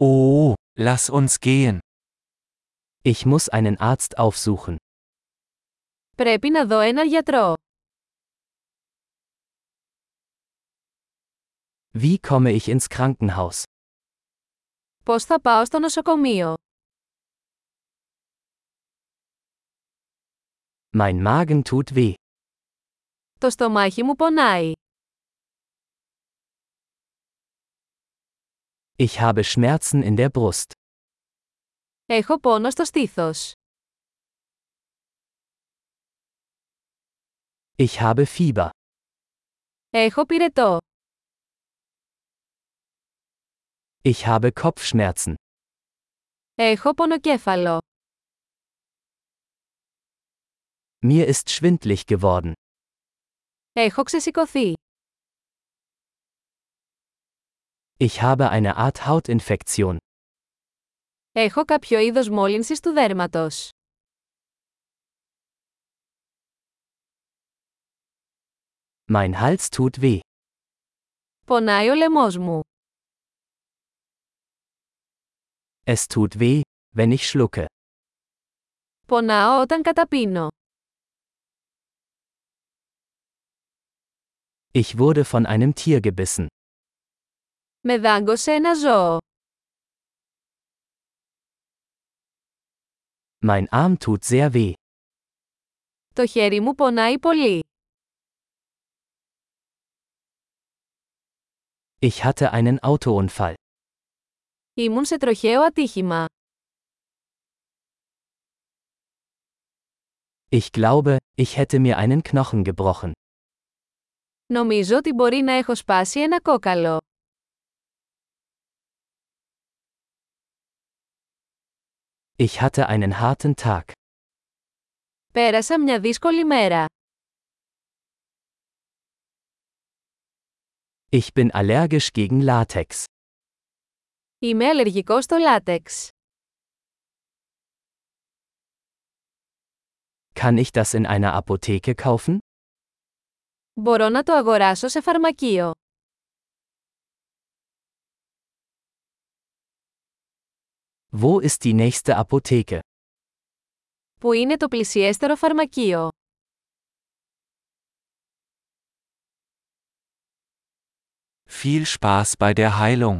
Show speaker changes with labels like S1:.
S1: Oh, Lass uns gehen.
S2: Ich muss einen Arzt aufsuchen.
S3: Πρέπει να δω έναν γιατρό.
S2: Wie komme ich ins Krankenhaus?
S3: Πώς θα πάω στο νοσοκομείο.
S2: Mein Magen tut weh.
S3: Το στομάχι μου πονάει.
S2: Ich habe Schmerzen in der Brust.
S3: Έχω πόνο στο στήθος.
S2: Ich habe Fieber.
S3: Έχω πυρετό.
S2: Ich habe Kopfschmerzen.
S3: Έχω πονοκέφαλο.
S2: Mir ist schwindlig geworden.
S3: Έχω ξεσηκωθεί.
S2: Ich habe eine Art Hautinfektion.
S3: Έχω κάποιο είδος μόλυνσης του δέρματος.
S2: Mein Hals tut weh.
S3: Πονάει ο λαιμός μου.
S2: Es tut weh, wenn ich schlucke.
S3: Πονάω όταν καταπίνω.
S2: Ich wurde von einem Tier gebissen.
S3: Με δάγκωσε ένα ζώο.
S2: Mein Arm tut sehr weh.
S3: Το χέρι μου πονάει πολύ.
S2: Ich hatte einen Autounfall.
S3: Ήμουν σε τροχαίο ατύχημα.
S2: Ich glaube, ich hätte mir einen Knochen gebrochen.
S3: Νομίζω ότι μπορεί να έχω σπάσει ένα κόκαλο.
S2: Ich hatte einen harten Tag.
S3: Πέρασα μια δύσκολη μέρα.
S2: Ich bin allergisch gegen Latex.
S3: Είμαι αλλεργικός στο λάτεξ.
S2: Kann ich das in einer Apotheke kaufen?
S3: Μπορώ να το αγοράσω σε φαρμακείο.
S2: Wo ist die nächste Apotheke?
S3: Που είναι το πλησιέστερο φαρμακείο.
S1: Viel Spaß bei der Heilung.